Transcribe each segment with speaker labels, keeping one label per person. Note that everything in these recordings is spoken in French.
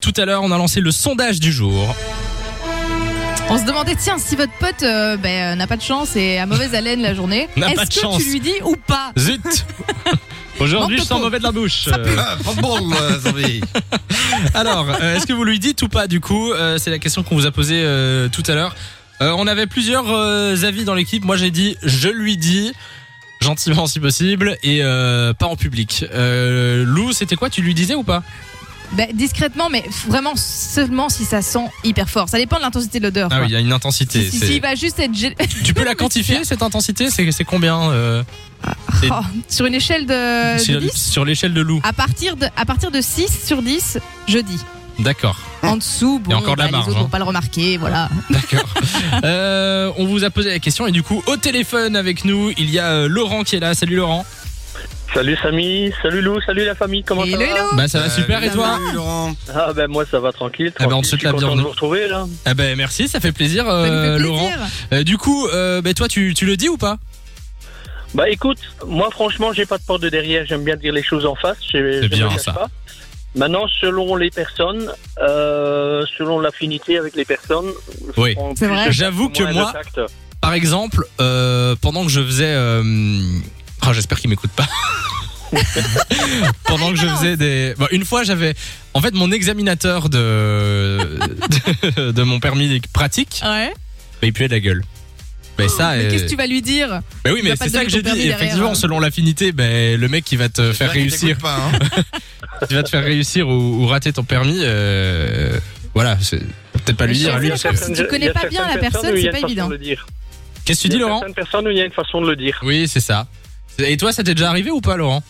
Speaker 1: tout à l'heure, on a lancé le sondage du jour.
Speaker 2: On se demandait, tiens, si votre pote euh, ben, euh, n'a pas de chance et a mauvaise haleine la journée,
Speaker 1: N'a pas
Speaker 2: est-ce
Speaker 1: de
Speaker 2: que
Speaker 1: chance.
Speaker 2: tu lui dis ou pas
Speaker 1: Zut Aujourd'hui, je sens mauvais de la bouche. Euh,
Speaker 3: Ah, pas de bol, euh, Zambie.
Speaker 1: alors, euh, est-ce que vous lui dites ou pas du coup Euh, C'est la question qu'on vous a posée euh, tout à l'heure. Euh, on avait plusieurs euh, avis dans l'équipe. Moi, j'ai dit, je lui dis, gentiment si possible, et euh, pas en public. Euh, Lou, c'était quoi Tu lui disais ou pas Ah
Speaker 2: Ben, Discrètement, mais vraiment seulement si ça sent hyper fort. Ça dépend de l'intensité de l'odeur.
Speaker 1: Ah
Speaker 2: quoi.
Speaker 1: oui, il y a une intensité.
Speaker 2: Si- si-
Speaker 1: c'est-
Speaker 2: S'il va juste être gel-
Speaker 1: Tu peux la quantifier cette intensité C'est c'est combien euh, Et-
Speaker 2: Oh, sur une échelle de, de
Speaker 1: sur,
Speaker 2: 10
Speaker 1: sur l'échelle de Lou
Speaker 2: à partir de, à partir de 6 sur 10, je dis.
Speaker 1: D'accord.
Speaker 2: En dessous,
Speaker 1: Il
Speaker 2: bon,
Speaker 1: y a encore de la
Speaker 2: bah,
Speaker 1: marge,
Speaker 2: les autres
Speaker 1: hein.
Speaker 2: vont pas le remarquer, voilà.
Speaker 1: D'accord. Euh, on vous a posé la question et du coup, au téléphone avec nous, il y a euh, Laurent qui est là. Salut Laurent.
Speaker 4: Salut Samy, salut Lou, salut la famille, comment
Speaker 2: Hello,
Speaker 4: ça va
Speaker 2: hello.
Speaker 1: Bah ça va super et
Speaker 3: Salut,
Speaker 1: toi
Speaker 3: Laurent.
Speaker 4: Ah ben moi ça va tranquille,
Speaker 1: Ah ben,
Speaker 4: tranquille.
Speaker 1: on te souhaite
Speaker 4: je suis
Speaker 1: la
Speaker 4: content de
Speaker 1: bienvenue.
Speaker 4: vous retrouver là.
Speaker 1: Ah bah merci, ça fait plaisir
Speaker 2: Ça nous fait
Speaker 1: euh,
Speaker 2: plaisir.
Speaker 1: Laurent. Euh, du coup, euh, bah, toi tu, tu le dis ou pas
Speaker 4: Bah écoute, moi franchement j'ai pas de porte de derrière, j'aime bien dire les choses en face, je, je me
Speaker 1: bien,
Speaker 4: cache
Speaker 1: ça.
Speaker 4: pas. Maintenant selon les personnes, euh, selon l'affinité avec les personnes, je
Speaker 1: Oui.
Speaker 4: prends
Speaker 2: C'est
Speaker 4: plus
Speaker 2: vrai.
Speaker 4: de-
Speaker 1: J'avoue que
Speaker 4: moins de
Speaker 1: moi,
Speaker 4: tact.
Speaker 1: par exemple, euh, pendant que je faisais... euh, ah, j'espère qu'il m'écoute pas. pendant que je faisais des... Bon, une fois j'avais... En fait mon examinateur de, de, de mon permis pratique,
Speaker 2: Ouais.
Speaker 1: bah, il puait de la gueule. Mais ça,
Speaker 2: Mais
Speaker 1: euh,
Speaker 2: qu'est-ce que tu vas lui dire
Speaker 1: Bah oui,
Speaker 2: Il
Speaker 1: mais
Speaker 2: va pas
Speaker 1: c'est
Speaker 2: te
Speaker 1: ça que
Speaker 2: donner ton
Speaker 1: j'ai
Speaker 2: permis
Speaker 1: dit.
Speaker 2: derrière,
Speaker 1: Effectivement,
Speaker 2: hein.
Speaker 1: selon l'affinité, ben le mec qui va te faire
Speaker 3: J'espère qu'il
Speaker 1: réussir,
Speaker 3: t'écoute pas, hein.
Speaker 1: qui va te faire réussir ou, ou rater ton permis. euh, voilà, c'est peut-être pas lui
Speaker 2: Mais
Speaker 1: dire à
Speaker 2: je
Speaker 1: lui.
Speaker 2: sais
Speaker 1: parce
Speaker 2: pas
Speaker 1: que-
Speaker 2: si tu connais
Speaker 4: il y a
Speaker 2: pas bien la
Speaker 4: certaines
Speaker 2: personne,
Speaker 4: personnes où il y a
Speaker 2: c'est pas
Speaker 4: une façon
Speaker 2: évident.
Speaker 4: de le dire.
Speaker 1: Qu'est-ce que tu
Speaker 4: Il y
Speaker 1: dis,
Speaker 4: a
Speaker 1: Laurent
Speaker 4: certaines personnes où il y a une façon de le dire.
Speaker 1: Oui, c'est ça. Et toi, ça t'est déjà arrivé ou pas, Laurent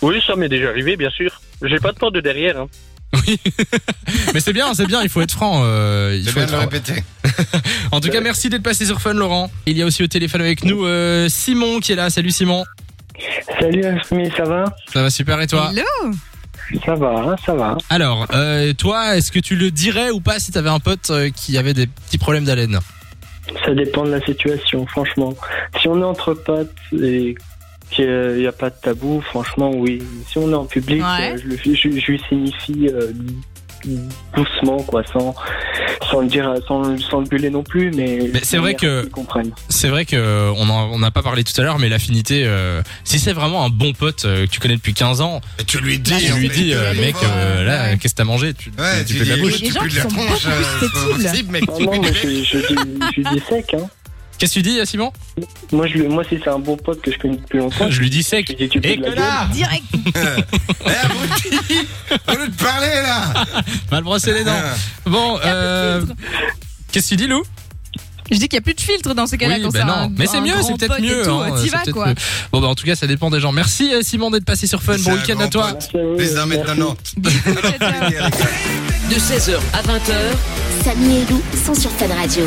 Speaker 4: Oui, ça m'est déjà arrivé, bien sûr. J'ai pas de porte de derrière. hein.
Speaker 1: Mais c'est bien, c'est bien. Il faut être franc. euh, il
Speaker 3: C'est
Speaker 1: faut
Speaker 3: bien
Speaker 1: être
Speaker 3: de le
Speaker 1: franc.
Speaker 3: répéter.
Speaker 1: En tout cas, merci d'être passé sur Fun, Laurent. Il y a aussi au téléphone avec nous euh, Simon qui est là. Salut, Simon.
Speaker 5: Salut Asmi, ça va
Speaker 1: Ça va super et toi
Speaker 2: Hello.
Speaker 5: Ça va, hein, ça va.
Speaker 1: Alors, euh, toi, est-ce que tu le dirais ou pas si t'avais un pote euh, qui avait des petits problèmes d'haleine
Speaker 5: Ça dépend de la situation, franchement. Si on est entre potes et qu'il n'y a pas de tabou, franchement, oui. Si on est en public,
Speaker 2: Ouais.
Speaker 5: euh, je, le- je- je lui signifie euh, doucement, quoi, sans, sans le dire, sans, sans le buller non plus, mais.
Speaker 1: Mais c'est vrai que-
Speaker 5: Ils comprennent.
Speaker 1: C'est vrai que euh, on en- on n'a pas parlé tout à l'heure, mais l'affinité, euh, si c'est vraiment un bon pote euh, que tu connais depuis 15 ans,
Speaker 3: Et tu lui dis, hein.
Speaker 2: Ah,
Speaker 1: tu
Speaker 3: en
Speaker 1: lui
Speaker 3: fait,
Speaker 1: dis,
Speaker 3: tu
Speaker 1: euh,
Speaker 3: lui
Speaker 1: mec,
Speaker 3: dis,
Speaker 1: euh, là,
Speaker 2: Ouais.
Speaker 1: qu'est-ce que t'as mangé Tu,
Speaker 3: Ouais,
Speaker 1: tu
Speaker 3: tu
Speaker 1: fais de la
Speaker 3: dis,
Speaker 1: bouche.
Speaker 2: Il y a des
Speaker 3: tu
Speaker 2: gens
Speaker 3: pues de
Speaker 2: qui
Speaker 3: la
Speaker 2: sont
Speaker 3: tronche,
Speaker 2: beaucoup plus
Speaker 3: euh, c'est pas
Speaker 2: susceptibles.
Speaker 3: possible, mec,
Speaker 5: Non,
Speaker 3: tu
Speaker 5: non,
Speaker 3: pues
Speaker 5: mais
Speaker 3: des-
Speaker 5: je, je dis, je dis sec, hein.
Speaker 1: Qu'est-ce que tu dis, euh, Simon
Speaker 5: Moi, je, le- moi si c'est un bon pote que je connais depuis longtemps,
Speaker 1: Je lui dis
Speaker 5: je
Speaker 1: sec. Eh,
Speaker 5: lui dis tu peux
Speaker 1: Et
Speaker 5: de la
Speaker 1: que
Speaker 5: gueule.
Speaker 1: là
Speaker 2: Direct.
Speaker 3: Eh, abruti Au lieu de parler, là
Speaker 1: Mal brosser les dents.
Speaker 3: Ah,
Speaker 1: Bon, euh, qu'est-ce que tu dis, Lou
Speaker 2: Je dis qu'il y a plus de filtre dans ces cas-là.
Speaker 1: Oui,
Speaker 2: quand
Speaker 1: bah
Speaker 2: c'est
Speaker 1: non.
Speaker 2: un-
Speaker 1: Mais c'est
Speaker 2: un
Speaker 1: mieux,
Speaker 2: grand
Speaker 1: c'est peut-être
Speaker 2: pote et
Speaker 1: mieux.
Speaker 2: tout,
Speaker 1: hein,
Speaker 2: T'y
Speaker 1: c'est
Speaker 2: vas
Speaker 1: peut-être
Speaker 2: quoi.
Speaker 1: mieux. Bon, bah en tout cas, ça dépend des gens. Merci, euh, Simon, d'être passé sur Fun.
Speaker 3: C'est
Speaker 1: Bon
Speaker 3: un
Speaker 1: week-end à
Speaker 3: grand
Speaker 1: toi.
Speaker 5: Merci à vous.
Speaker 3: Plus d'un mètre de Nantes.
Speaker 2: Ciao, ciao.
Speaker 6: De 16h à 20h,
Speaker 7: Samy et Lou sont sur Fan Radio.